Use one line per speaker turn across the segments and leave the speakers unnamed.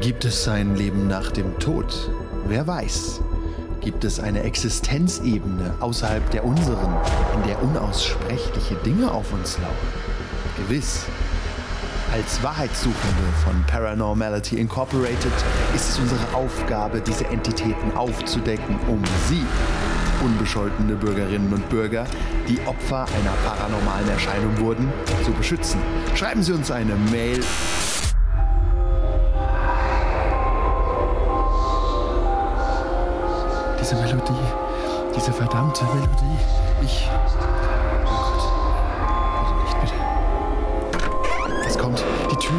Gibt es ein Leben nach dem Tod? Wer weiß? Gibt es eine Existenzebene außerhalb der unseren, in der unaussprechliche Dinge auf uns lauern? Gewiss. Als Wahrheitssuchende von Paranormality Incorporated ist es unsere Aufgabe, diese Entitäten aufzudecken, um sie, unbescholtene Bürgerinnen und Bürger, die Opfer einer paranormalen Erscheinung wurden, zu beschützen. Schreiben Sie uns eine Mail Diese Melodie, diese verdammte Melodie. Ich. Oh Gott. Also nicht bitte. Es kommt. Die Tür.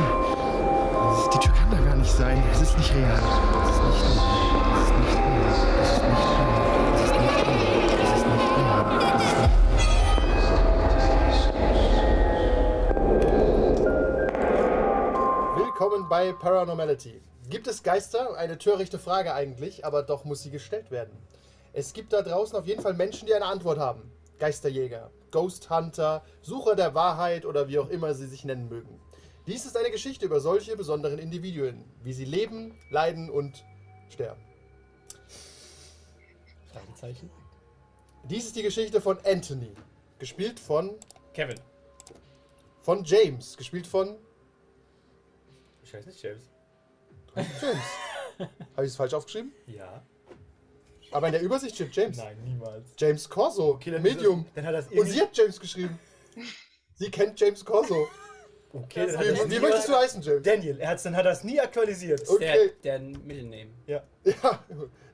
Es ist- Die Tür kann da gar nicht sein. Es ist nicht real. Es ist nicht real. Es ist nicht real. Es ist nicht real. Es ist nicht real. Es ist nicht real. Es ist nicht
Willkommen bei Paranormality. Gibt es Geister? Eine törichte Frage eigentlich, aber doch muss sie gestellt werden. Es gibt da draußen auf jeden Fall Menschen, die eine Antwort haben. Geisterjäger, Ghost Hunter, Sucher der Wahrheit oder wie auch immer sie sich nennen mögen. Dies ist eine Geschichte über solche besonderen Individuen, wie sie leben, leiden und sterben.
Fragezeichen.
Dies ist die Geschichte von Anthony, gespielt von,
Kevin.
von James, gespielt von
Ich weiß nicht, James.
James. Habe ich es falsch aufgeschrieben?
Ja.
Aber in der Übersicht steht James.
Nein, niemals.
James Corso,
dann
Medium.
Hat das, dann hat das eh
Und
irgendwie...
sie hat James geschrieben. Sie kennt James Corso.
okay, dann hat das
Wie, wie
nie-
möchtest du heißen, James?
Daniel, er hat's, dann hat er es nie aktualisiert.
Und- Okay.
Der, der Mittelnehmen.
ja.
Ja,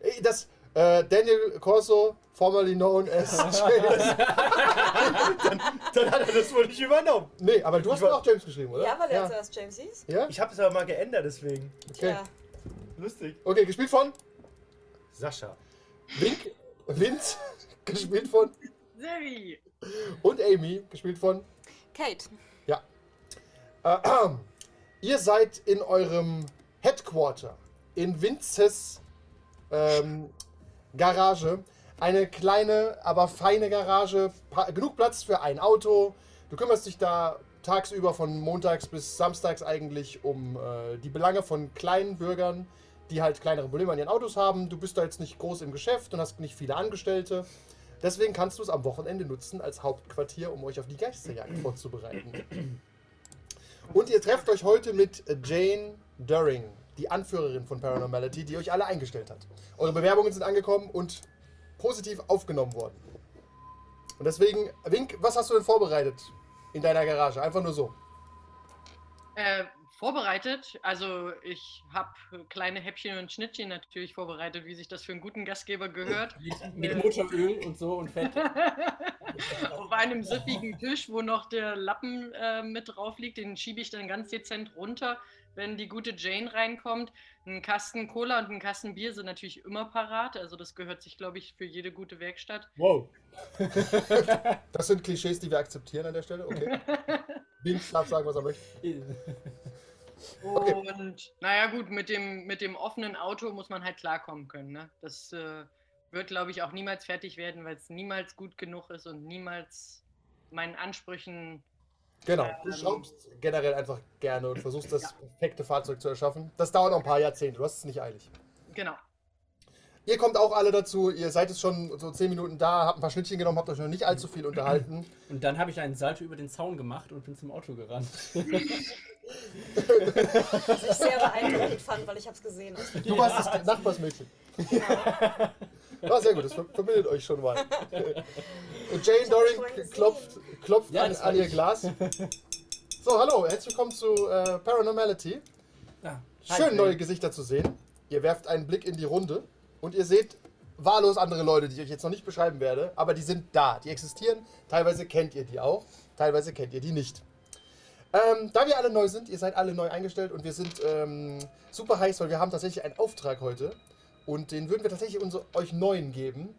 ey, das äh, Daniel Corso, formerly known as James.
Dann hat er das wohl nicht übernommen.
Nee, aber du hast
Ich war-
mir auch James geschrieben, oder?
Ja, weil er
ja.
zuerst James hieß.
ja?
Ich habe es aber mal geändert, deswegen.
Okay.
Tja,
Lustig.
okay, gespielt von
Sascha.
Wink, Vince, gespielt von
Siri.
und Amy, gespielt von
Kate.
Ahem. Ihr seid in eurem Headquarter in Vinces ähm, Garage. Eine kleine, aber feine Garage. Pa genug Platz für ein Auto. Du kümmerst dich da tagsüber von montags bis samstags eigentlich um äh, die Belange von kleinen Bürgern, die halt kleinere Probleme an ihren Autos haben. Du bist da jetzt nicht groß im Geschäft und hast nicht viele Angestellte. Deswegen kannst du es am Wochenende nutzen als Hauptquartier, um euch auf die Geisterjagd vorzubereiten. Und ihr trefft euch heute mit Jane During, die Anführerin von Paranormality, die euch alle eingestellt hat. Eure Bewerbungen sind angekommen und positiv aufgenommen worden. Und deswegen, Wink, was hast du denn vorbereitet in deiner Garage? Einfach nur so.
Äh, vorbereitet, also ich habe kleine Häppchen und Schnittchen natürlich vorbereitet, wie sich das für einen guten Gastgeber gehört.
Mit Motoröl und so und Fett.
Auf einem süffigen Tisch, wo noch der Lappen äh, mit drauf liegt, den schiebe ich dann ganz dezent runter, wenn die gute Jane reinkommt. Ein Kasten Cola und ein Kasten Bier sind natürlich immer parat, also das gehört sich, glaube ich, für jede gute Werkstatt.
Wow.
Das sind Klischees, die wir akzeptieren an der Stelle. Okay. Wink darf sagen, was er möchte. Okay.
Und naja gut, mit dem, mit dem offenen Auto muss man halt klarkommen können. Ne? Das äh, wird, glaube ich, auch niemals fertig werden, weil es niemals gut genug ist und niemals meinen Ansprüchen.
Genau. Du schraubst generell einfach gerne und versuchst, das perfekte Fahrzeug zu erschaffen. Das dauert noch ein paar Jahrzehnte. Du hast es nicht eilig.
Genau.
Ihr kommt auch alle dazu. Ihr seid jetzt schon so 10 Minuten da, habt ein paar Schnittchen genommen, habt euch noch nicht allzu viel unterhalten.
Und dann habe ich einen Salto über den Zaun gemacht und bin zum Auto gerannt.
Was ich sehr beeindruckend fand, weil ich hab's gesehen.
Du warst das Nachbarsmädchen. Ja, sehr gut, das ver- verbindet euch schon mal. Und Jane
vorhin
Doring
gesehen.
klopft, klopft
Ja,
an,
das war
an ihr
ich.
Glas. So, hallo, herzlich willkommen zu äh, Paranormality.
Ja. Ah, Hi,
Schön,
Jane.
neue Gesichter zu sehen. Ihr werft einen Blick in die Runde und ihr seht wahllos andere Leute, die ich euch jetzt noch nicht beschreiben werde, aber die sind da, die existieren. Teilweise kennt ihr die auch, teilweise kennt ihr die nicht. Ähm, da wir alle neu sind, ihr seid alle neu eingestellt und wir sind ähm, super heiß, weil wir haben tatsächlich einen Auftrag heute und den würden wir tatsächlich unsere, euch Neuen geben,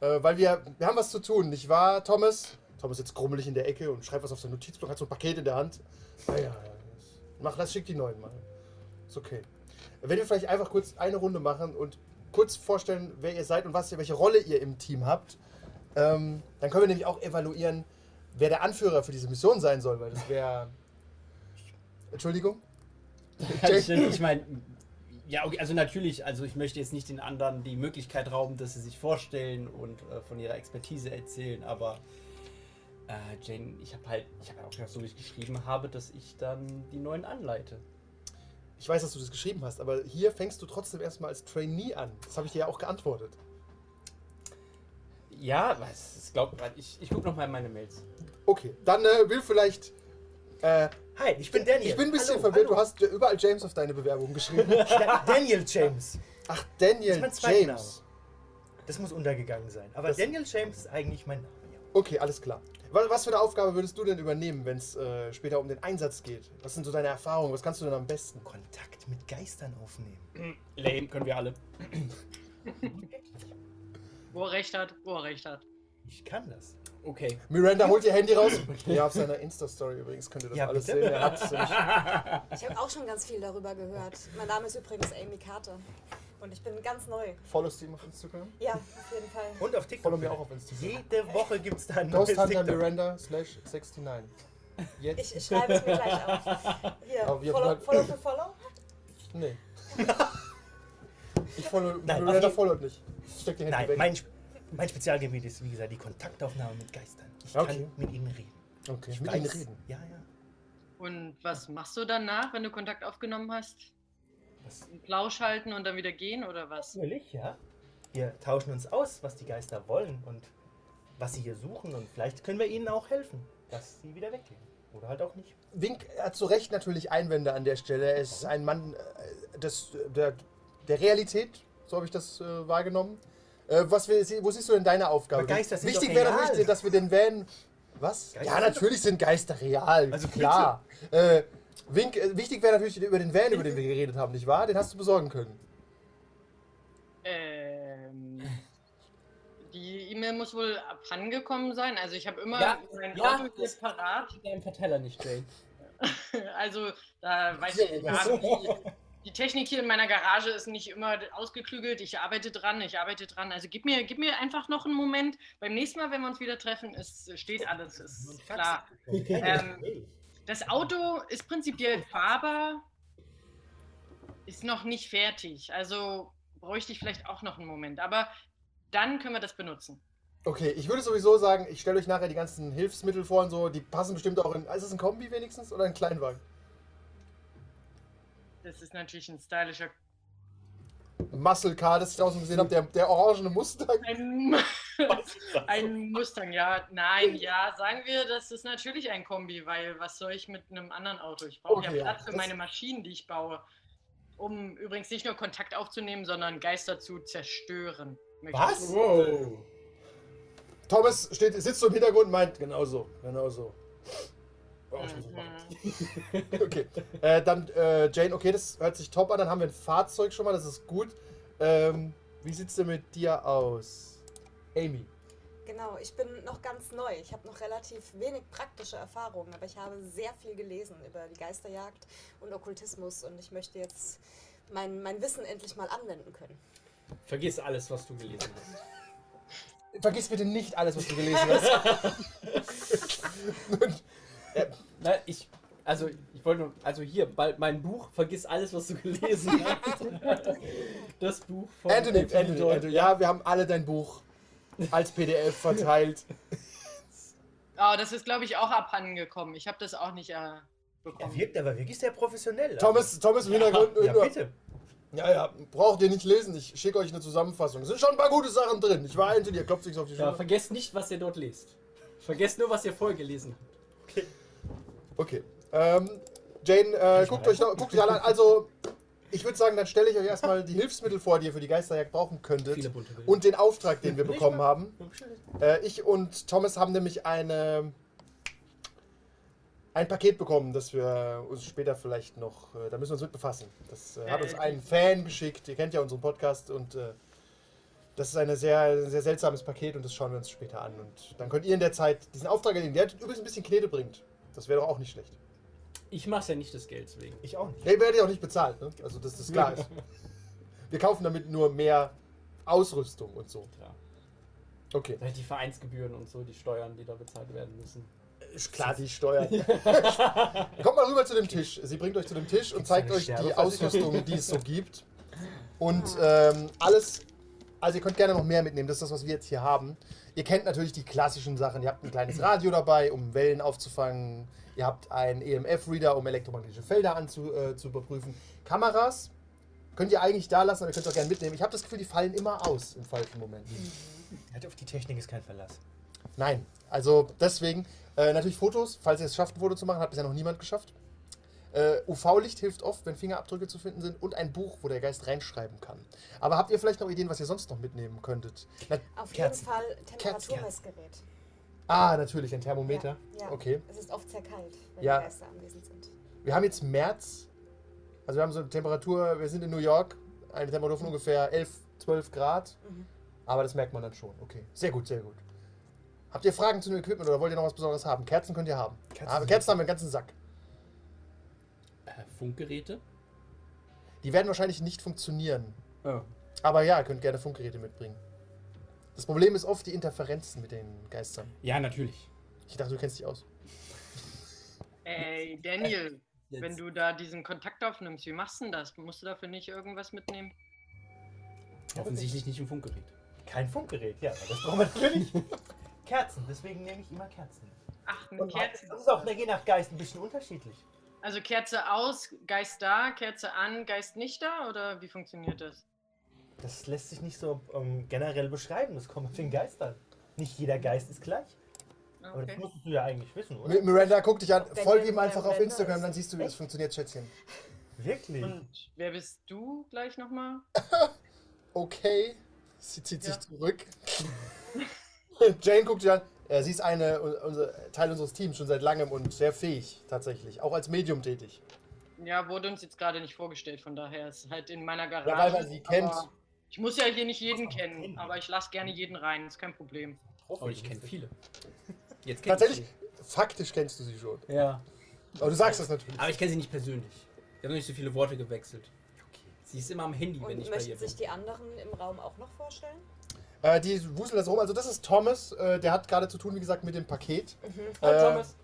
äh, weil wir, wir haben was zu tun, nicht wahr, Thomas? Thomas sitzt grummelig in der Ecke und schreibt was auf sein Notizblock, hat so ein Paket in der Hand. Naja, ja, mach das, schick die Neuen mal. Ist okay. Wenn wir vielleicht einfach kurz eine Runde machen und kurz vorstellen, wer ihr seid und was, ihr- welche Rolle ihr im Team habt, ähm, dann können wir nämlich auch evaluieren, wer der Anführer für diese Mission sein soll, weil das wäre. Entschuldigung?
Also, Ich, ich meine, Ja, okay, also natürlich, also ich möchte jetzt nicht den anderen die Möglichkeit rauben, dass sie sich vorstellen und äh, von ihrer Expertise erzählen, aber äh, Jane, ich habe halt, ich habe auch gesagt, so wie ich geschrieben habe, dass ich dann die neuen anleite.
Ich weiß, dass du das geschrieben hast, aber hier fängst du trotzdem erstmal als Trainee an. Das habe ich dir ja auch geantwortet.
Ja, was? Ich glaube, ich, ich gucke nochmal in meine Mails.
Okay, dann äh, will vielleicht. Äh,
Hi, ich bin Daniel.
ich bin ein bisschen
Hallo,
verwirrt,
hallo.
du hast ja überall James auf deine Bewerbung geschrieben.
Ja, Daniel James.
Ach,
Das ist
Daniel
mein zweiter
James.
Das muss untergegangen sein. Aber
Das-
Daniel James ist eigentlich mein Name. ja.
Okay, alles klar. Wa- Was für eine Aufgabe würdest du denn übernehmen, wenn es äh, später um den Einsatz geht? Was sind so deine Erfahrungen? Was kannst du denn am besten?
Kontakt mit Geistern aufnehmen.
Lame, können wir alle.
Wo er recht hat, wo er recht hat.
Ich kann das.
Okay.
Miranda holt ihr Handy raus. Ja, auf seiner Insta-Story übrigens könnt ihr das
Ja,
alles
bitte.
sehen. Er hat's nämlich-
Ich habe auch schon ganz viel darüber gehört. Mein Name ist übrigens Amy Carter. Und ich bin ganz neu.
Followst du ihm auf Instagram?
Ja, auf jeden Fall.
Und auf TikTok.
Follow mir auch auf Instagram.
Jede Woche gibt es da ein neues
Ghost Hunter
TikTok.
Miranda slash 69. Jetzt?
Ich schreibe es mir gleich auf. Hier,
Aber wir
follow,
bleiben-
follow für follow.
Nee. Ich follow,
Nein, auf
Miranda
jeden-
followt nicht. Steck die Handy
Nein,
weg.
mein, Sp- mein Spezialgebiet ist, wie gesagt, die Kontaktaufnahme mit Geistern. Ich
Okay.
kann mit ihnen reden.
okay,
Ich
mit ihnen
weiß.
reden.
Ja, ja.
Und was machst du danach, wenn du Kontakt aufgenommen hast?
Das
Einen Plausch halten und dann wieder gehen oder was?
natürlich, ja. Wir tauschen uns aus, was die Geister wollen und was sie hier suchen. Und vielleicht können wir ihnen auch helfen, dass sie wieder weggehen. Oder halt auch nicht.
Wink hat zu Recht natürlich Einwände an der Stelle. Er ist ein Mann äh, des, der, der Realität, so habe ich das äh, wahrgenommen. Äh, was wir, wo siehst du denn deine Aufgabe?
Aber Geister sind
Wichtig
doch
wäre
real.
natürlich, dass wir den Van. Was?
Geister
ja,
sind
natürlich sind Geister real.
Also
klar. Äh, Wink, äh, wichtig wäre natürlich über den Van, über den wir geredet haben, nicht wahr? Den hast du besorgen können.
Ähm. Die E-Mail muss wohl abhandengekommen sein. Also ich habe immer
Ja,
mein
ja,
Auto hier
das-
parat.
Dein Verteiler nicht, Jane.
Also da weiß ich ja, die, die Technik hier in meiner Garage ist nicht immer ausgeklügelt. Ich arbeite dran, ich arbeite dran. Also gib mir, gib mir einfach noch einen Moment. Beim nächsten Mal, wenn wir uns wieder treffen, ist, steht alles, ist klar. Ähm, das Auto ist prinzipiell fahrbar, ist noch nicht fertig. Also bräuchte ich vielleicht auch noch einen Moment. Aber dann können wir das benutzen.
Okay, ich würde sowieso sagen, ich stelle euch nachher die ganzen Hilfsmittel vor und so. Die passen bestimmt auch in. Ist es ein Kombi wenigstens oder ein Kleinwagen?
Das ist natürlich ein stylischer.
Muscle Car, das ich draußen gesehen habe, der, der orangene Mustang.
Ein, ein
Oh.
Mustang, ja. Nein, ja. Sagen wir, das ist natürlich ein Kombi, weil was soll ich mit einem anderen Auto? Ich
Oh
brauche
Okay,
ja
ja,
Platz für
das-
meine Maschinen, die ich baue. Um übrigens nicht nur Kontakt aufzunehmen, sondern Geister zu zerstören. möchte ich
Was?
Wow.
Thomas steht, sitzt so im Hintergrund und meint, genau so, genau so. Oh, ich muss
Mhm.
machen. Okay, äh, dann äh, Jane, okay, das hört sich top an, dann haben wir ein Fahrzeug schon mal, das ist gut. Ähm, wie sieht's denn mit dir aus? Amy.
Genau, ich bin noch ganz neu. Ich habe noch relativ wenig praktische Erfahrungen, aber ich habe sehr viel gelesen über die Geisterjagd und Okkultismus und ich möchte jetzt mein, mein Wissen endlich mal anwenden können.
Vergiss alles, was du gelesen hast.
Vergiss bitte nicht alles, was du gelesen hast.
Na, ich, also ich wollte nur, also hier, bald mein Buch, vergiss alles, was du gelesen hast. Das Buch von
Anthony,
Anthony
Anthony,
Doyle.
Anthony, ja, wir haben alle dein Buch als PDF verteilt.
Ah, das ist, glaube ich, auch abhanden gekommen. Ich habe das auch nicht äh,
Er
bekommen.
wirkt aber wirklich sehr professionell. Also
Thomas, Thomas im Hintergrund.
ja,
nur-
bitte.
Ja, ja, braucht ihr nicht lesen. Ich schicke euch eine Zusammenfassung. Es sind schon ein paar gute Sachen drin. Ich war Anthony, ihr klopft sich auf die
Ja,
Schulter.
vergesst nicht, was ihr dort lest. Vergesst nur, was ihr vorher gelesen habt.
okay. Ähm, Jane, äh, guckt euch noch, guckt euch alle an. Also, ich würde sagen, dann stelle ich euch erstmal die Hilfsmittel vor, die ihr für die Geisterjagd brauchen könntet.
Viele bunte Bilder.
Und den Auftrag, den wir bekommen haben. Äh, ich und Thomas haben nämlich eine, ein Paket bekommen, das wir uns später vielleicht noch, äh, da müssen wir uns mit befassen. Das äh, hat uns ein Fan geschickt, ihr kennt ja unseren Podcast und äh, das ist ein sehr, ein sehr seltsames Paket und das schauen wir uns später an. Und dann könnt ihr in der Zeit diesen Auftrag erledigen, der übrigens ein bisschen Knete bringt. Das wäre doch auch nicht schlecht.
Ich mach's ja nicht des Gelds wegen.
Ich auch nicht.
Hey, werdet ihr auch nicht bezahlt, ne? Also, dass das klar ist. Wir kaufen damit nur mehr Ausrüstung und so.
Klar.
Okay.
Da Die Vereinsgebühren und so, die Steuern, die da bezahlt werden müssen.
Ist klar, die Steuern. Kommt mal rüber zu dem Tisch. Sie bringt euch zu dem Tisch und
Gibt's
zeigt
eine
euch die
Sterbeversicherung?
Ausrüstung, die es so gibt. Und ähm, alles, also ihr könnt gerne noch mehr mitnehmen, das ist das, was wir jetzt hier haben. Ihr kennt natürlich die klassischen Sachen. Ihr habt ein kleines Radio dabei, um Wellen aufzufangen. Ihr habt einen EMF-Reader, um elektromagnetische Felder anzu, äh, zu überprüfen. Kameras könnt ihr eigentlich da lassen, aber ihr könnt auch gerne mitnehmen. Ich habe das Gefühl, die fallen immer aus im falschen Moment.
Halt auf die Technik ist kein Verlass.
Nein, also deswegen äh, natürlich Fotos, falls ihr es schafft, ein Foto zu machen, hat bisher noch niemand geschafft. Äh, UV-Licht hilft oft, wenn Fingerabdrücke zu finden sind und ein Buch, wo der Geist reinschreiben kann. Aber habt ihr vielleicht noch Ideen, was ihr sonst noch mitnehmen könntet? Na,
Auf
Kerzen.
jeden Fall Temperaturmessgerät.
ah, natürlich, ein Thermometer.
Ja, ja.
Okay.
Es ist oft sehr kalt, wenn
Ja.
die Geister anwesend sind.
Wir haben jetzt März. Also wir haben so eine Temperatur, wir sind in New York, eine Temperatur von ungefähr 11, 12 Grad.
Mhm.
Aber das merkt man dann schon. Okay, sehr gut, sehr gut. Habt ihr Fragen zu dem Equipment oder wollt ihr noch was Besonderes haben? Kerzen könnt ihr haben.
Kerzen
Aber
sind
Kerzen haben wir einen ganzen Sack.
Äh, Funkgeräte?
Die werden wahrscheinlich nicht funktionieren.
Oh.
Aber ja, ihr könnt gerne Funkgeräte mitbringen. Das Problem ist oft die Interferenzen mit den Geistern.
Ja, natürlich.
Ich dachte, du kennst dich aus.
Ey, Daniel,
äh, Jetzt.
wenn du da diesen Kontakt aufnimmst, wie machst du denn das? Musst du dafür nicht irgendwas mitnehmen?
Offensichtlich nicht ein Funkgerät.
Kein Funkgerät, ja, aber das brauchen wir natürlich. Kerzen, deswegen nehme ich immer Kerzen.
Ach, eine
Und
Kerze.
das ist auch je nach Geist ein bisschen unterschiedlich.
Also Kerze aus, Geist da, Kerze an, Geist nicht da? Oder wie funktioniert das?
Das lässt sich nicht so ähm, generell beschreiben, das kommt auf den Geist an. Nicht jeder Geist ist gleich. Aber das
Ah, Okay.
musstest du ja eigentlich wissen, oder?
Mi- Miranda, guck dich an.
Wenn
Folge
ihr
ihm einfach auf
Miranda
Instagram,
ist.
dann siehst du, wie es
Echt?
funktioniert, Schätzchen.
Wirklich?
Und wer bist du gleich nochmal?
Okay. Sie zieht sich
Ja.
zurück. Jane guckt dich an. Äh, Sie ist eine, un- unser, Teil unseres Teams schon seit langem und sehr fähig, tatsächlich. Auch als Medium tätig.
Ja, wurde uns jetzt gerade nicht vorgestellt, von daher ist halt in meiner Garage.
Ja, weil man sie
aber
kennt.
Ich muss ja hier nicht jeden
Muss man
kennen,
kennen.
aber ich lasse gerne jeden rein, ist kein Problem.
Oh, ich kenne viele. Jetzt kenn
Tatsächlich,
Ich
faktisch kennst du sie schon.
sie. Ja.
Aber du sagst das natürlich.
Aber ich kenne sie nicht persönlich. Wir haben noch nicht so viele Worte gewechselt.
Okay.
Sie ist immer am Handy, wenn
Und
ich bei
möchten
ihr bin.
sich die anderen im Raum auch noch vorstellen?
Äh, die wuseln das rum. Also, das ist Thomas. Äh, der hat gerade zu tun, wie gesagt, mit dem Paket.
Hi,
Äh,
Thomas.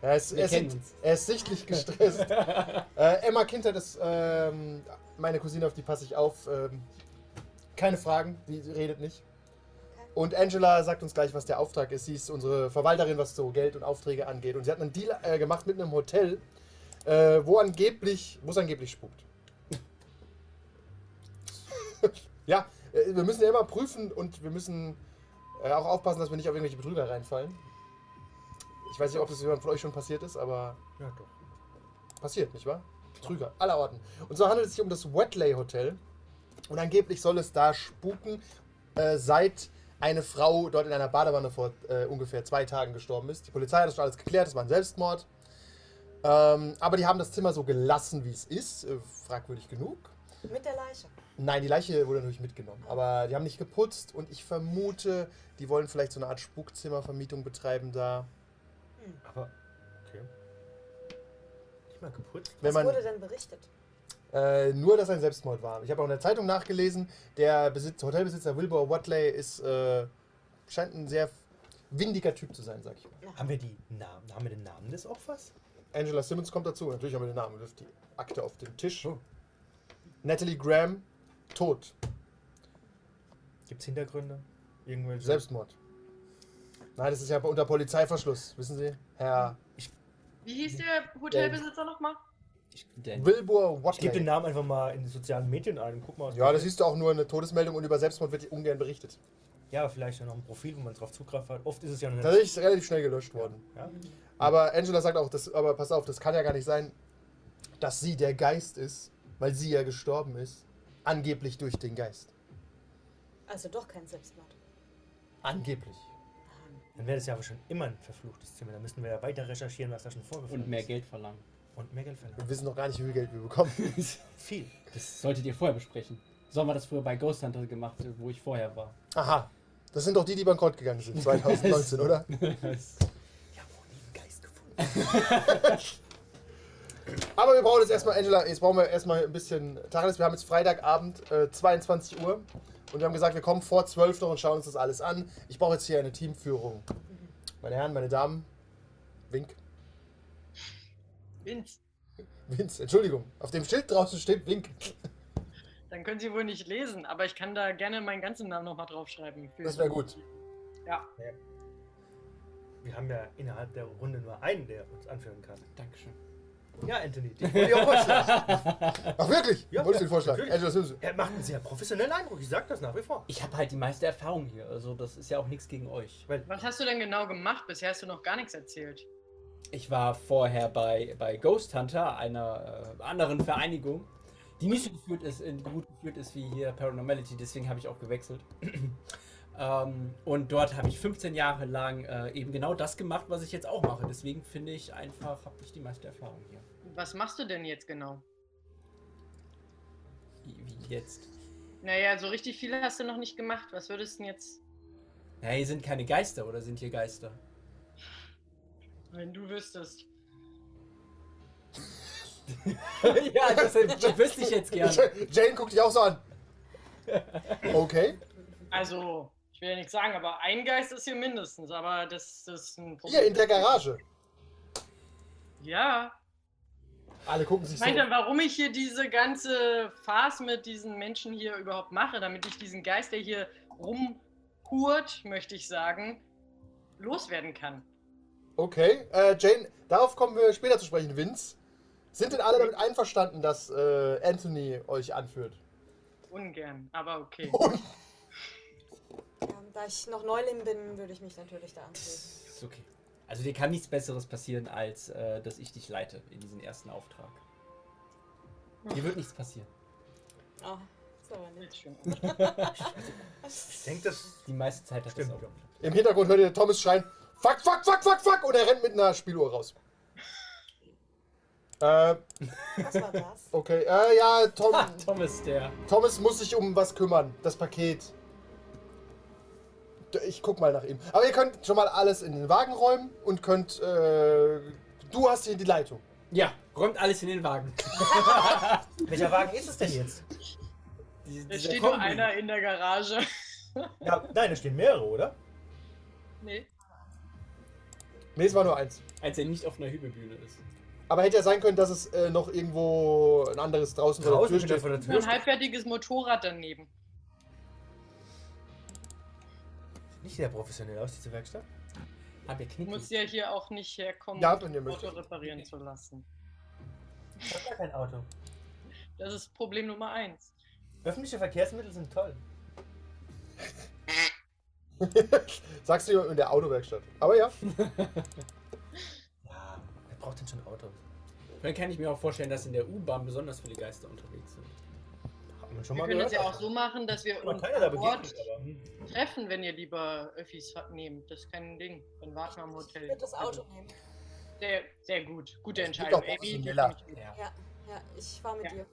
Er ist,
Wir
er,
kennen
sind,
uns.
er ist sichtlich gestresst. äh, Emma Kindheit ist ähm, meine Cousine, auf die passe ich auf. Ähm, keine Fragen, die redet nicht. Und Angela sagt uns gleich, was der Auftrag ist. Sie ist unsere Verwalterin, was so Geld und Aufträge angeht. Und sie hat einen Deal äh, gemacht mit einem Hotel, äh, wo angeblich, wo es angeblich spukt. ja, äh, wir müssen ja immer prüfen und wir müssen äh, auch aufpassen, dass wir nicht auf irgendwelche Betrüger reinfallen. Ich weiß nicht, ob das jemand von euch schon passiert ist, aber
Ja, doch.
passiert, nicht wahr? Betrüger, aller Orten. Und so handelt es sich um das Wetley Hotel. Und angeblich soll es da spuken, äh, seit eine Frau dort in einer Badewanne vor äh, ungefähr zwei Tagen gestorben ist. Die Polizei hat das schon alles geklärt, es war ein Selbstmord. Ähm, aber die haben das Zimmer so gelassen, wie es ist. Äh, fragwürdig genug.
Mit der Leiche.
Nein, die Leiche wurde natürlich mitgenommen. Aber die haben nicht geputzt und ich vermute, die wollen vielleicht so eine Art Spukzimmervermietung betreiben da.
Hm.
Aber. Okay. Nicht mal geputzt.
Wenn
Was
man-
wurde denn berichtet?
Äh, nur, dass ein Selbstmord war. Ich habe auch in der Zeitung nachgelesen, der Besitz, Hotelbesitzer Wilbur Watley ist, äh, scheint ein sehr windiger Typ zu sein, sag ich mal.
Haben wir, die Namen, haben wir den Namen des Opfers?
Angela Simmons kommt dazu, natürlich haben wir den Namen, wirft die Akte auf den Tisch.
Oh.
Natalie Graham, tot,
Gibt es Hintergründe? Irgendwelche?
Selbstmord. Nein, das ist ja unter Polizeiverschluss, wissen Sie? Herr
Wie hieß der Hotelbesitzer nochmal?
Ich, denn,
Wilbur
Ich gebe den
Watley.
Namen einfach mal in die sozialen Medien ein und guck mal. was
Ja, das
passiert.
siehst du auch nur eine Todesmeldung und über Selbstmord wird ungern berichtet.
Ja, vielleicht ja noch ein Profil, wo man drauf Zugriff hat. Oft ist es ja noch
Tatsächlich ist es relativ schnell gelöscht worden.
Ja.
Aber Angela sagt auch, das, aber pass auf, das kann ja gar nicht sein, dass sie der Geist ist, weil sie ja gestorben ist. Angeblich durch den Geist.
Also doch kein Selbstmord.
Angeblich.
Dann wäre das ja aber schon immer ein verfluchtes Zimmer. Da müssen wir ja weiter recherchieren, was da schon vorgefallen
und mehr
ist.
Geld verlangen.
Und mehr Geld verlangen.
Wir wissen noch gar nicht, wie viel Geld wir bekommen.
Viel.
Das solltet ihr vorher besprechen. So haben wir das früher bei Ghost Hunter gemacht, wo ich vorher war.
Aha. Das sind doch die, die bankrott gegangen sind, 2019, oder?
Ja, wo haben die den Geist gefunden?
Aber wir brauchen jetzt erstmal, Angela, jetzt brauchen wir erstmal ein bisschen Tacheles. Wir haben jetzt Freitagabend, äh, 22 Uhr. Und wir haben gesagt, wir kommen vor 12 noch und schauen uns das alles an. Ich brauche jetzt hier eine Teamführung. Meine Herren, meine Damen, wink.
Vince.
Vince, Entschuldigung, auf dem Schild draußen steht Wink.
Dann können sie wohl nicht lesen, aber ich kann da gerne meinen ganzen Namen nochmal draufschreiben. Für-
Das wäre gut.
Ja,
Wir haben ja innerhalb der Runde nur einen, der uns anführen kann.
Dankeschön.
Ja, Anthony, den wollte ich auch vorschlagen.
Ach wirklich?
Ja,
Wolltest du den Vorschlag?
natürlich.
Angela Simpson.
Er macht einen sehr professionellen Eindruck, ich sag das nach wie vor.
Ich habe halt die meiste Erfahrung hier, also das ist ja auch nichts gegen euch.
Weil,
was hast du denn genau gemacht? Bisher hast du noch gar nichts erzählt.
Ich war vorher bei, bei Ghost Hunter, einer äh, anderen Vereinigung, die nicht so geführt ist, in, gut geführt ist wie hier Paranormality, deswegen habe ich auch gewechselt. ähm, und dort habe ich 15 Jahre lang äh, eben genau das gemacht, was ich jetzt auch mache. Deswegen finde ich einfach, habe ich die meiste Erfahrung hier.
Was machst du denn jetzt genau?
Wie, wie jetzt.
Naja, so richtig viel hast du noch nicht gemacht. Was würdest du denn jetzt,
Na, hier sind keine Geister, oder sind hier Geister?
wenn du wüsstest?
ja, das wüsste ich jetzt gerne.
Jane guckt dich auch so an. Okay.
Also, ich will ja nichts sagen, aber ein Geist ist hier mindestens, aber das, das ist ein
Hier in der Garage.
Ja.
Alle gucken sich
Ich
so.
meinte, warum ich hier diese ganze Farce mit diesen Menschen hier überhaupt mache, damit ich diesen Geist, der hier rumhurt, möchte ich sagen, loswerden kann.
Okay. Äh, Jane, darauf kommen wir später zu sprechen. Vince, sind denn alle damit einverstanden, dass äh, Anthony euch anführt?
Ungern, aber okay.
Oh.
Ja, Ähm, da ich noch Neuling bin, würde ich mich natürlich da anschließen.
Ist okay. Also dir kann nichts Besseres passieren, als äh, dass ich dich leite in diesen ersten Auftrag. Dir wird nichts passieren.
Oh, so aber nett.
Schön.
ich denke, das
Die meiste Zeit hat
Stimmt.
das auch geklappt.
Im Hintergrund hört ihr Thomas schreien: Fuck, fuck, fuck, fuck, fuck! Und er rennt mit einer Spieluhr raus. Äh,
Was war das?
okay. Äh, ja, Tom,
Ha, Thomas, der.
Thomas muss sich um was kümmern. Das Paket. D- Ich guck mal nach ihm. Aber ihr könnt schon mal alles in den Wagen räumen und könnt. Äh, du hast hier die Leitung.
Ja, räumt alles in den Wagen.
Welcher Wagen ist es denn jetzt?
Die- dieser
Es steht nur
Kombi.
einer in der Garage.
Ja, nein, da stehen mehrere, oder?
Nee.
Nee, es war nur eins.
Als er nicht auf einer Hübelbühne ist.
Aber hätte ja sein können, dass es äh, noch irgendwo ein anderes draußen, vor
Draußen
der
wieder
Tür
vor
steht.
der
Nur
Tür.
ein halbfertiges Motorrad daneben.
Nicht sehr professionell aus, diese Werkstatt.
Hab ihr
Du
Knick.
musst ja hier auch nicht herkommen,
Ja,
um
wenn ihr
das Auto
möchtet.
reparieren zu lassen.
Ich hab gar kein Auto.
Das ist Problem Nummer eins.
Öffentliche Verkehrsmittel sind toll.
Sagst du jemand in der Autowerkstatt. Aber ja.
Ja, wer braucht denn schon Auto?
Dann kann ich mir auch vorstellen, dass in der U-Bahn besonders viele Geister unterwegs sind.
Hat man schon
Wir
mal
können
gehört.
das ja auch so machen, dass wir
Aber
uns
keiner da
vor Ort
begegnet, aber hm,
treffen, wenn ihr lieber Öffis ha- nehmt. Das ist kein Ding. Dann warten wir am
Ich
Hotel. Also,
würde das Auto nehmen.
Sehr, sehr gut.
Das
Gute
klingt
Entscheidung.
doch
Abby,
professioneller.
definitiv.
Ja.
Ja, ja, ich fahre mit
Ja.
dir.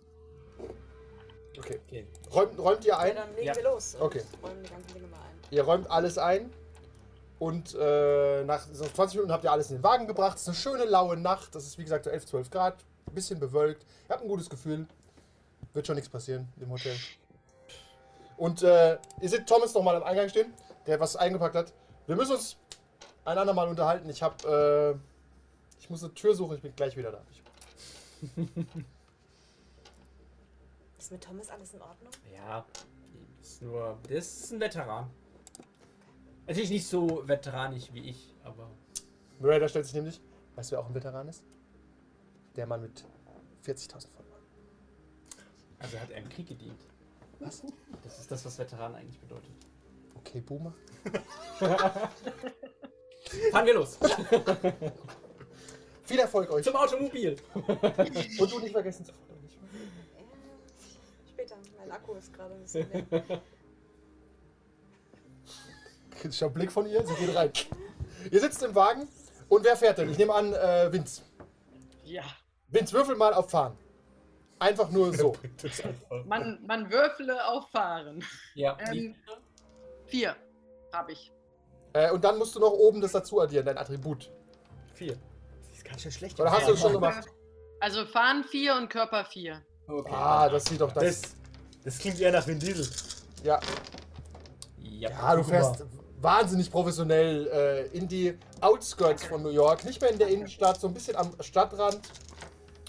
Okay.
Okay.
Räumt, räumt ihr
Ja,
ein?
dann legen
Ja.
wir los. und
Okay.
Räumen die ganzen Dinge mal ein.
Ihr räumt alles ein. Und äh, nach so 20 Minuten habt ihr alles in den Wagen gebracht. Es ist eine schöne laue Nacht. Das ist wie gesagt so 11, 12 Grad. Ein bisschen bewölkt. Ihr habt ein gutes Gefühl. Wird schon nichts passieren im Hotel. Und äh, ihr seht Thomas nochmal am Eingang stehen, der was eingepackt hat. Wir müssen uns ein andermal unterhalten. Ich hab. Äh, ich muss eine Tür suchen. Ich bin gleich wieder da. Ich,
Ist mit Thomas alles in Ordnung?
Ja, ist nur. Das ist ein Veteran. Natürlich nicht so veteranisch wie ich, aber.
Miranda stellt sich nämlich. Weißt du, wer auch ein Veteran ist? Der Mann mit 40.000 Followern.
Also er hat einem Krieg gedient.
Was?
Das ist das, was Veteran eigentlich bedeutet.
Okay, Boomer.
Fahren wir los!
Viel Erfolg euch.
Zum Automobil!
Und du nicht vergessen zu folgen.
Ja, Später, mein Akku ist gerade ein bisschen leer.
Kritischer Blick von ihr, sie geht rein. Ihr sitzt im Wagen und wer fährt denn? Ich nehme an, äh, Vince.
Ja.
Vince, würfel mal auf Fahren. Einfach nur so.
bringt uns einfach.
Man, man würfle auf Fahren.
Ja,
Ähm,
die-
vier habe ich.
Äh, und dann musst du noch oben das dazu addieren, dein Attribut.
Vier. Das ist ganz schön schlecht.
Oder hast du das schon gemacht?
Also Fahren vier und Körper vier.
okay.
Ah, das sieht doch das.
Das, das klingt eher nach Vin Diesel.
Ja,
Ja,
ja du fährst wahnsinnig professionell äh, in die Outskirts von New York. Nicht mehr in der Innenstadt, so ein bisschen am Stadtrand.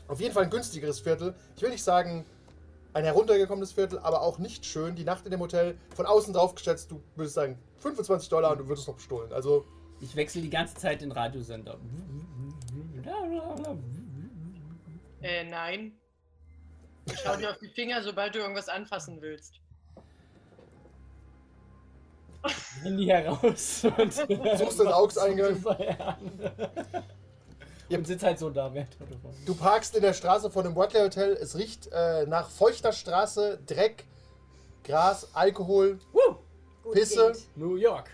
Auf jeden Fall ein günstigeres Viertel. Ich will nicht sagen, ein heruntergekommenes Viertel, aber auch nicht schön. Die Nacht in dem Hotel, von außen drauf geschätzt, du würdest sagen 25 Dollar und du würdest noch bestohlen. Also,
Ich wechsle die ganze Zeit den Radiosender.
Äh, nein. Schau dir auf die Finger, sobald du irgendwas anfassen willst.
Handy heraus und
Suchst den AUX-Eingang.
Und sitzt halt so da, mehr oder weniger.
Du parkst in der Straße vor dem Watley Hotel. Es riecht äh, nach feuchter Straße, Dreck, Gras, Alkohol.
Woo!
Gut
Pisse.
geht.
New York.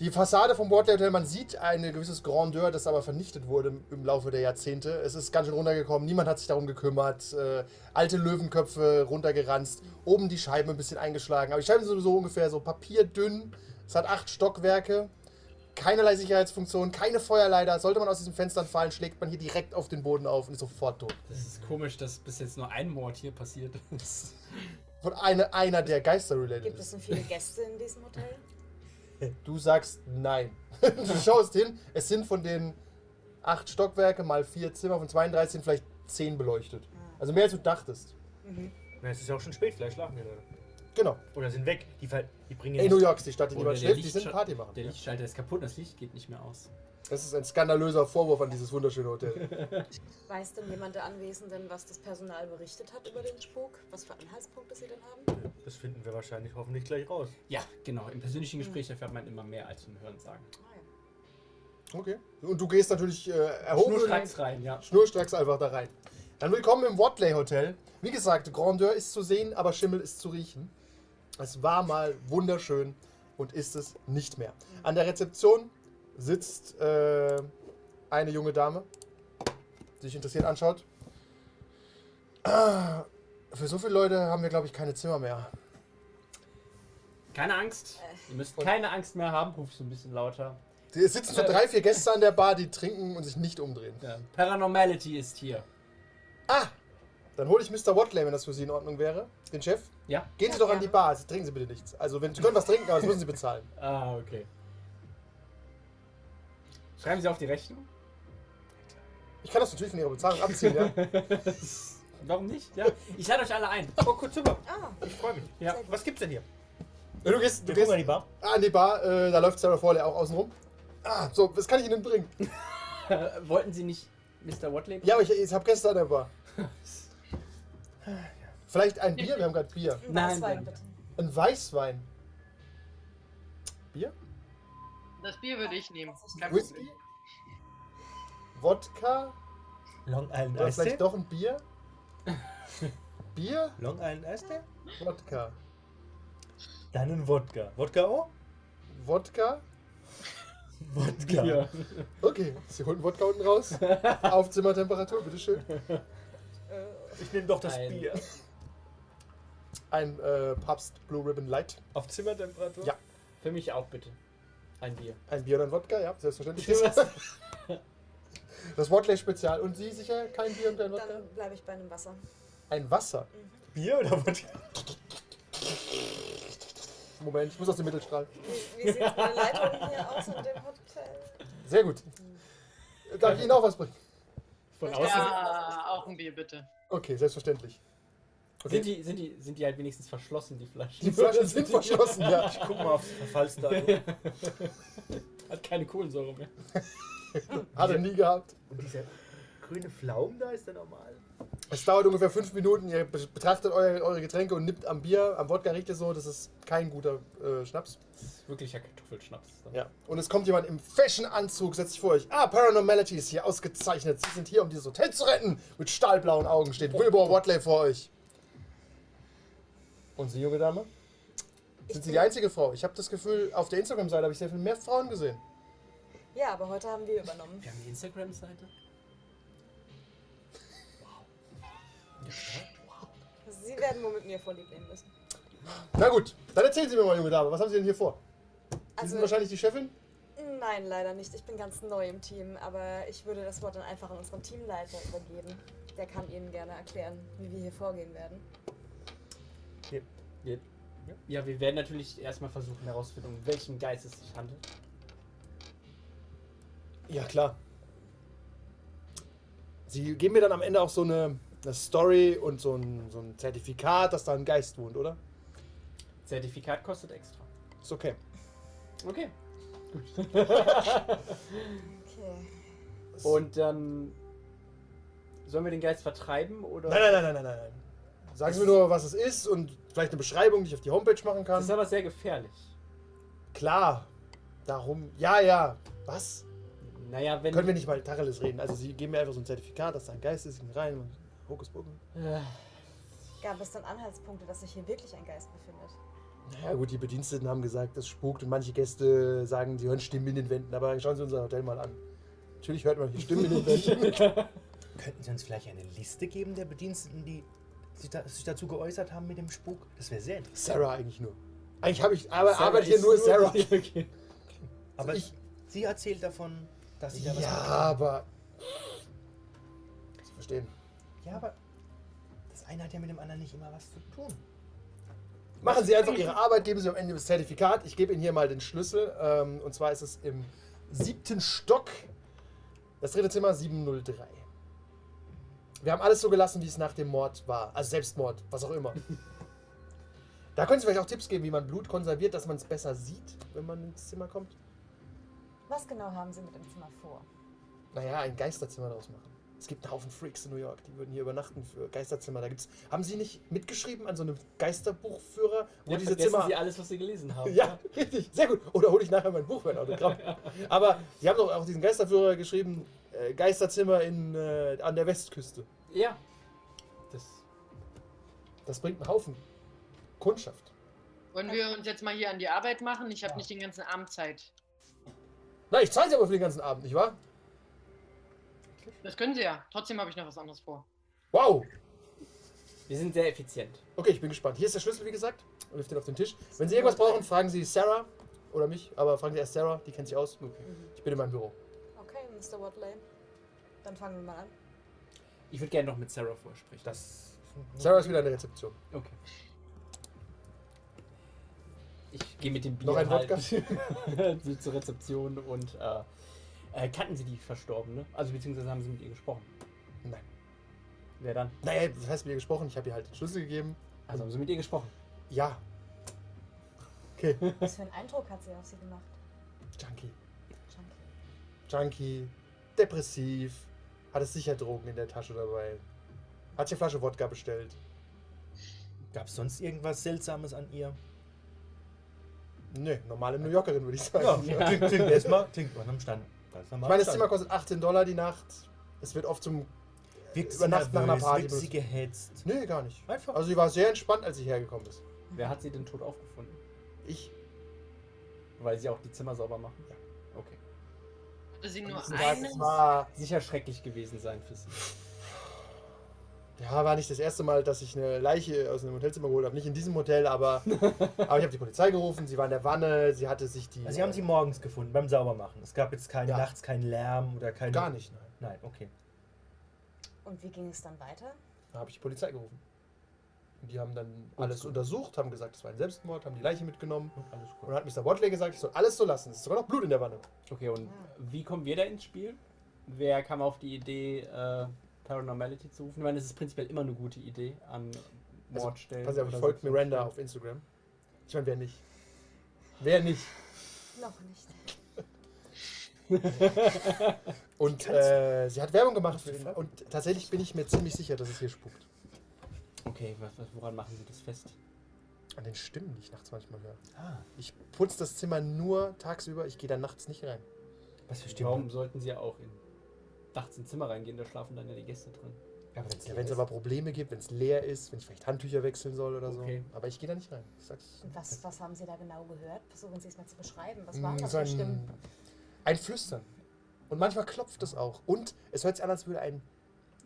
Die Fassade vom Watley Hotel, man sieht ein gewisses Grandeur, das aber vernichtet wurde im- im Laufe der Jahrzehnte. Es ist ganz schön runtergekommen, niemand hat sich darum gekümmert. Äh, alte Löwenköpfe runtergeranzt, oben die Scheiben ein bisschen eingeschlagen. Aber die Scheiben sind sowieso ungefähr so papierdünn. Es hat acht Stockwerke, keinerlei Sicherheitsfunktion, keine Feuerleiter. Sollte man aus diesen Fenstern fallen, schlägt man hier direkt auf den Boden auf und ist sofort tot.
Das ist komisch, dass bis jetzt nur ein Mord hier passiert ist.
Von eine, einer, der Geister-related
Gibt
ist.
es denn viele Gäste in diesem Hotel?
Du sagst nein. du schaust hin, es sind von den acht Stockwerke mal vier Zimmer von 32 sind vielleicht zehn beleuchtet. Also mehr als du dachtest.
Na, es ist ja auch schon spät, vielleicht schlafen die Leute.
Genau.
Oder sind weg. Die, ver- die bringen ja
Ey,
nicht-
New York ist die Stadt, in die
Oder
man
der
schläft, die
Lichtschal-
sind Party machen.
Der Lichtschalter ist kaputt, das Licht geht nicht mehr aus.
Das ist ein skandalöser Vorwurf an dieses wunderschöne Hotel.
Weiß denn jemand der Anwesenden, was das Personal berichtet hat über den Spuk? Was für Anhaltspunkte sie denn haben?
Das finden wir wahrscheinlich hoffentlich gleich raus.
Ja, genau. Im persönlichen Gespräch erfährt man immer mehr als vom Hören sagen.
Ah ja.
Okay. Und du gehst natürlich äh, erhoben.
Schnurstracks rein, ja.
Schnurstracks einfach da rein. Dann willkommen im Watley Hotel. Wie gesagt, Grandeur ist zu sehen, aber Schimmel ist zu riechen. Es war mal wunderschön und ist es nicht mehr. An der Rezeption sitzt äh, eine junge Dame, die sich interessiert anschaut. Ah, Für so viele Leute haben wir, glaube ich, keine Zimmer mehr.
Keine Angst. Ihr müsst keine Angst mehr haben. Ruf so ein bisschen lauter.
Es sitzen so drei, vier Gäste an der Bar, die trinken und sich nicht umdrehen.
Ja. Paranormality ist hier.
Ah! Dann hole ich Mr. Watley, wenn das für Sie in Ordnung wäre, den Chef.
Ja?
Gehen Sie doch an die Bar, Sie trinken Sie bitte nichts. Also, wenn Sie können was trinken, aber das müssen Sie bezahlen.
Ah, okay. Schreiben Sie auf die Rechnung?
Ich kann das natürlich von Ihrer Bezahlung abziehen, ja?
Warum nicht? Ja. Ich lade euch alle ein.
Oh, kurz super.
Ah,
Ich freue mich.
Ja.
Was gibt's denn hier?
Du gehst, du
Wir
gehst
gucken an die Bar.
an die Bar, äh, da läuft Sarah Forley auch außen rum. Ah, so, was kann ich Ihnen bringen?
Äh, wollten Sie nicht Mr. Watley?
Ja, aber ich, ich habe gestern an der Bar. Vielleicht ein Bier, wir haben gerade Bier.
ein
Nein,
Weißwein
danke.
bitte.
Ein Weißwein. Bier?
Das Bier würde ich nehmen. Kein
Whisky?
Problem.
Wodka?
Long Island
Oder
Ice
vielleicht
Tea.
doch ein Bier? Bier?
Long Island Ice Tea?
Wodka.
Dann ein Wodka. Wodka auch?
Wodka?
Wodka.
Ja.
Okay, Sie holen Wodka unten raus. Auf Zimmertemperatur, bitteschön.
Ich nehme doch das
Ein-
Bier.
Ein äh, Papst Blue Ribbon Light.
Auf Zimmertemperatur?
Ja.
Für mich auch bitte. Ein Bier.
Ein Bier oder ein Wodka, ja, selbstverständlich.
Was?
Das Wodley-Spezial. Und Sie sicher kein Bier und kein Wodka?
Dann bleibe ich bei einem Wasser.
Ein Wasser.
Bier oder Wodka?
Moment, ich muss aus dem Mittelstrahl.
Wie, wie sieht meine Leitung hier aus in dem Hotel?
Sehr gut. Darf ich Ihnen auch was bringen?
Von
Ja.
außen
Ja, auch ein Bier bitte.
Okay, selbstverständlich.
sind, die, sind, die, sind die halt wenigstens verschlossen, die Flaschen.
Die Flaschen sind verschlossen, ja.
Guck mal aufs Verfallsdatum.
Hat keine Kohlensäure mehr.
Hat er nie gehabt.
Und dieser grüne Pflaum da ist der normal?
Es dauert ungefähr fünf Minuten. Ihr be- betrachtet eu- eure Getränke und nippt am Bier. Am Wodka riecht es so, das ist kein guter äh, Schnaps.
Das ist wirklich ja Kartoffelschnaps. Dann.
Ja. Und es kommt jemand im Fashion-Anzug, setzt sich vor euch. Ah, Paranormality ist hier ausgezeichnet. Sie sind hier, um dieses Hotel zu retten. Mit stahlblauen Augen steht Wilbur Watley vor euch. Und Sie, junge Dame? Sind Sie die einzige Frau? Ich habe das Gefühl, auf der Instagram-Seite habe ich sehr viel mehr Frauen gesehen.
Ja, aber heute haben wir übernommen.
Wir haben eine Instagram-Seite.
Sie werden wohl mit mir vorlieb nehmen müssen.
Na gut, dann erzählen Sie mir mal, junge Dame, was haben Sie denn hier vor? Sie
Also-
sind wahrscheinlich die Chefin?
Nein, leider nicht. Ich bin ganz neu im Team, aber ich würde das Wort dann einfach an unseren Teamleiter übergeben. Der kann Ihnen gerne erklären, wie wir hier vorgehen werden.
Wir, ja, wir werden natürlich erstmal versuchen herauszufinden, um welchen Geist es sich handelt.
Ja, klar. Sie geben mir dann am Ende auch so eine, eine Story und so ein, so ein Zertifikat, dass da ein Geist wohnt, oder?
Zertifikat kostet extra.
Ist okay.
Okay.
Okay.
Und dann sollen wir den Geist vertreiben oder?
Nein, nein, nein, nein, nein, nein, nein. Sagen Sie mir nur, was es ist und vielleicht eine Beschreibung, die ich auf die Homepage machen
Das
kann.
ist aber sehr gefährlich.
Klar. Darum. Ja, ja. Was?
Naja, wenn
Können wir nicht mal Tarelis reden? Also sie geben mir einfach so ein Zertifikat, dass da ein Geist ist, gehen rein und Hokuspokus.
Äh,
Gab es dann Anhaltspunkte, dass sich hier wirklich ein Geist befindet?
Naja gut, die Bediensteten haben gesagt, das spukt und manche Gäste sagen, sie hören Stimmen in den Wänden, aber schauen Sie unser Hotel mal an. Natürlich hört man hier Stimmen in den Wänden.
Könnten Sie uns vielleicht eine Liste geben der Bediensteten, die sich, da, sich dazu geäußert haben mit dem Spuk? Das wäre sehr interessant.
Sarah eigentlich nur. Eigentlich habe ich, aber
Sarah
arbeite hier
ist
nur Sarah.
Okay.
Aber
Also ich-
sie erzählt davon, dass sie da was
Ja, aber. Sie verstehen.
Ja, aber das eine hat ja mit dem anderen nicht immer was zu tun.
Machen Sie einfach Ihre Arbeit, geben Sie am Ende das Zertifikat. Ich gebe Ihnen hier mal den Schlüssel. Ähm, und zwar ist es im siebten Stock. Das dritte Zimmer 703. Wir haben alles so gelassen, wie es nach dem Mord war. Also Selbstmord, was auch immer. da können Sie vielleicht auch Tipps geben, wie man Blut konserviert, dass man es besser sieht, wenn man ins Zimmer kommt.
Was genau haben Sie mit dem Zimmer vor?
Naja, ein Geisterzimmer draus machen. Es gibt einen Haufen Freaks in New York, die würden hier übernachten für Geisterzimmer. Da gibt's. Haben Sie nicht mitgeschrieben an so einem Geisterbuchführer, wo
Ja,
diese
vergessen
Zimmer
Sie alles, was Sie gelesen haben.
Ja, richtig. Sehr gut. Oder hole ich nachher mein Buch für ein Autogramm. Aber die haben doch auch diesen Geisterführer geschrieben, äh, Geisterzimmer in, äh, an der Westküste.
Ja. Das.
Das bringt einen Haufen Kundschaft.
Wollen wir uns jetzt mal hier an die Arbeit machen? Ich habe nicht den ganzen Abend Zeit.
Na, ich zahle sie aber für den ganzen Abend, nicht wahr?
Das können Sie ja. Trotzdem habe ich noch was anderes vor.
Wow.
Wir sind sehr effizient.
Okay, ich bin gespannt. Hier ist der Schlüssel, wie gesagt. Ich Wirf den auf den Tisch. Wenn Sie irgendwas brauchen, fragen Sie Sarah oder mich. Aber fragen Sie erst Sarah, die kennt sich aus. Ich bin in meinem Büro.
Okay, Mr. Watley. Dann fangen wir mal an.
Ich würde gerne noch mit Sarah vorsprechen.
Das
Sarah ist wieder an der Rezeption.
Okay. Ich gehe mit dem Bier
Noch ein
halt zu- zur Rezeption und äh, äh, kannten Sie die Verstorbene? Also beziehungsweise haben Sie mit ihr gesprochen?
Nein.
Wer dann?
Naja, das heißt, mit ihr gesprochen. Ich habe ihr halt den Schlüssel gegeben.
Also haben Sie mit ihr gesprochen?
Ja. Okay.
Was für einen Eindruck hat sie auf Sie gemacht?
Junkie.
Junkie.
junkie, depressiv, hatte sicher Drogen in der Tasche dabei. Hat sich eine Flasche Wodka bestellt.
Gab es sonst irgendwas Seltsames an ihr?
Nö, normale New Yorkerin würde ich sagen.
Klingt, klingt erstmal. Klingt man am Stand. Ganz normal.
Ich meine, das Zimmer kostet 18 Dollar die Nacht. Es wird oft zum.
wirkt sie
über Nacht
nervös,
nach einer Party
wirkt sie
benutzt.
gehetzt.
Nö, gar nicht.
Einfach.
Also, sie war sehr entspannt, als sie hergekommen ist.
Wer hat sie denn tot aufgefunden?
Ich.
Weil sie auch die Zimmer sauber machen?
Ja.
Okay.
Hatte sie nur
Das
einen?
war,
Sicher schrecklich gewesen sein für sie.
ja, war nicht das erste Mal, dass ich eine Leiche aus einem Hotelzimmer geholt habe. Nicht in diesem Hotel, aber, aber ich habe die Polizei gerufen. Sie war in der Wanne, sie hatte sich die. äh,
Also, sie haben sie morgens gefunden beim Saubermachen. Es gab jetzt keine
Ja.
nachts keinen Lärm oder keine.
Gar nicht, nein.
Nein, okay.
Und wie ging es dann weiter?
Da habe ich die Polizei gerufen. Und die haben dann alles untersucht, haben gesagt, es war ein Selbstmord, haben die Leiche mitgenommen.
Und alles
Und
gut.
dann hat Mr. Watley gesagt, ich soll alles so lassen. Es ist sogar noch Blut in der Wanne.
Okay, und
Ah.
wie kommen wir da ins Spiel? Wer kam auf die Idee, äh, Paranormality zu rufen? Ich meine, es ist prinzipiell immer eine gute Idee an
Also,
Mordstellen.
Pass auf, ich
oder
folge
so.
Miranda auf Instagram. Ich meine, wer nicht? Wer nicht?
Noch nicht.
Und äh, sie hat Werbung gemacht für ihn. Und tatsächlich bin ich mir ziemlich sicher, dass es hier spukt.
Okay, was, was, woran machen Sie das fest?
An den Stimmen, die ich nachts manchmal höre.
Ah,
Ich putze das Zimmer nur tagsüber, ich gehe dann nachts nicht rein.
was für
Warum
Stimmen.
sollten Sie auch in nachts ins Zimmer reingehen? Da schlafen dann ja die Gäste drin.
Ja, aber wenn's
Ja,
leer
wenn es
ist.
aber Probleme gibt, wenn es leer ist, wenn ich vielleicht Handtücher wechseln soll oder so.
Okay.
Aber ich gehe da nicht rein. Ich sag's.
Und was, was haben Sie da genau gehört? Versuchen Sie es mal zu beschreiben. Was
Mm,
waren das
so
für
ein,
Stimmen?
ein Flüstern. Und manchmal klopft es auch. Und es hört sich an, als würde ein.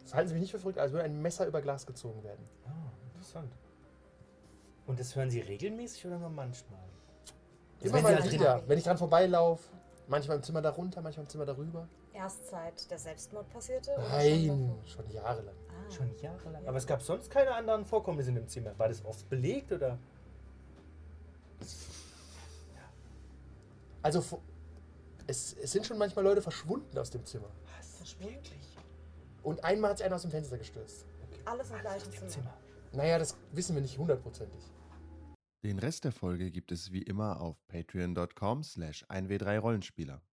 Das halten Sie mich nicht für verrückt, als würde ein Messer über Glas gezogen werden.
Ah, interessant. Und das hören Sie regelmäßig oder nur manchmal?
Immer
wenn Sie
mal
drin-
wieder. Wenn ich dran vorbeilaufe, manchmal im Zimmer darunter, manchmal im Zimmer darüber.
Erst seit der Selbstmord passierte? oder schon
Nein,
davor?
schon jahrelang.
Ah.
Schon jahrelang. Aber es gab sonst keine anderen Vorkommnisse in dem Zimmer. War das oft belegt oder?
Also, vo- es, es sind schon manchmal Leute verschwunden aus dem Zimmer.
Was?
Verschwunden?
Wirklich?
Und einmal hat sich einer aus dem Fenster gestürzt.
Alles im gleichen
Im
Zimmer.
Zimmer.
Naja, das wissen wir nicht hundertprozentig.
Den Rest der Folge gibt es wie immer auf patreon.com slash 1w3rollenspieler.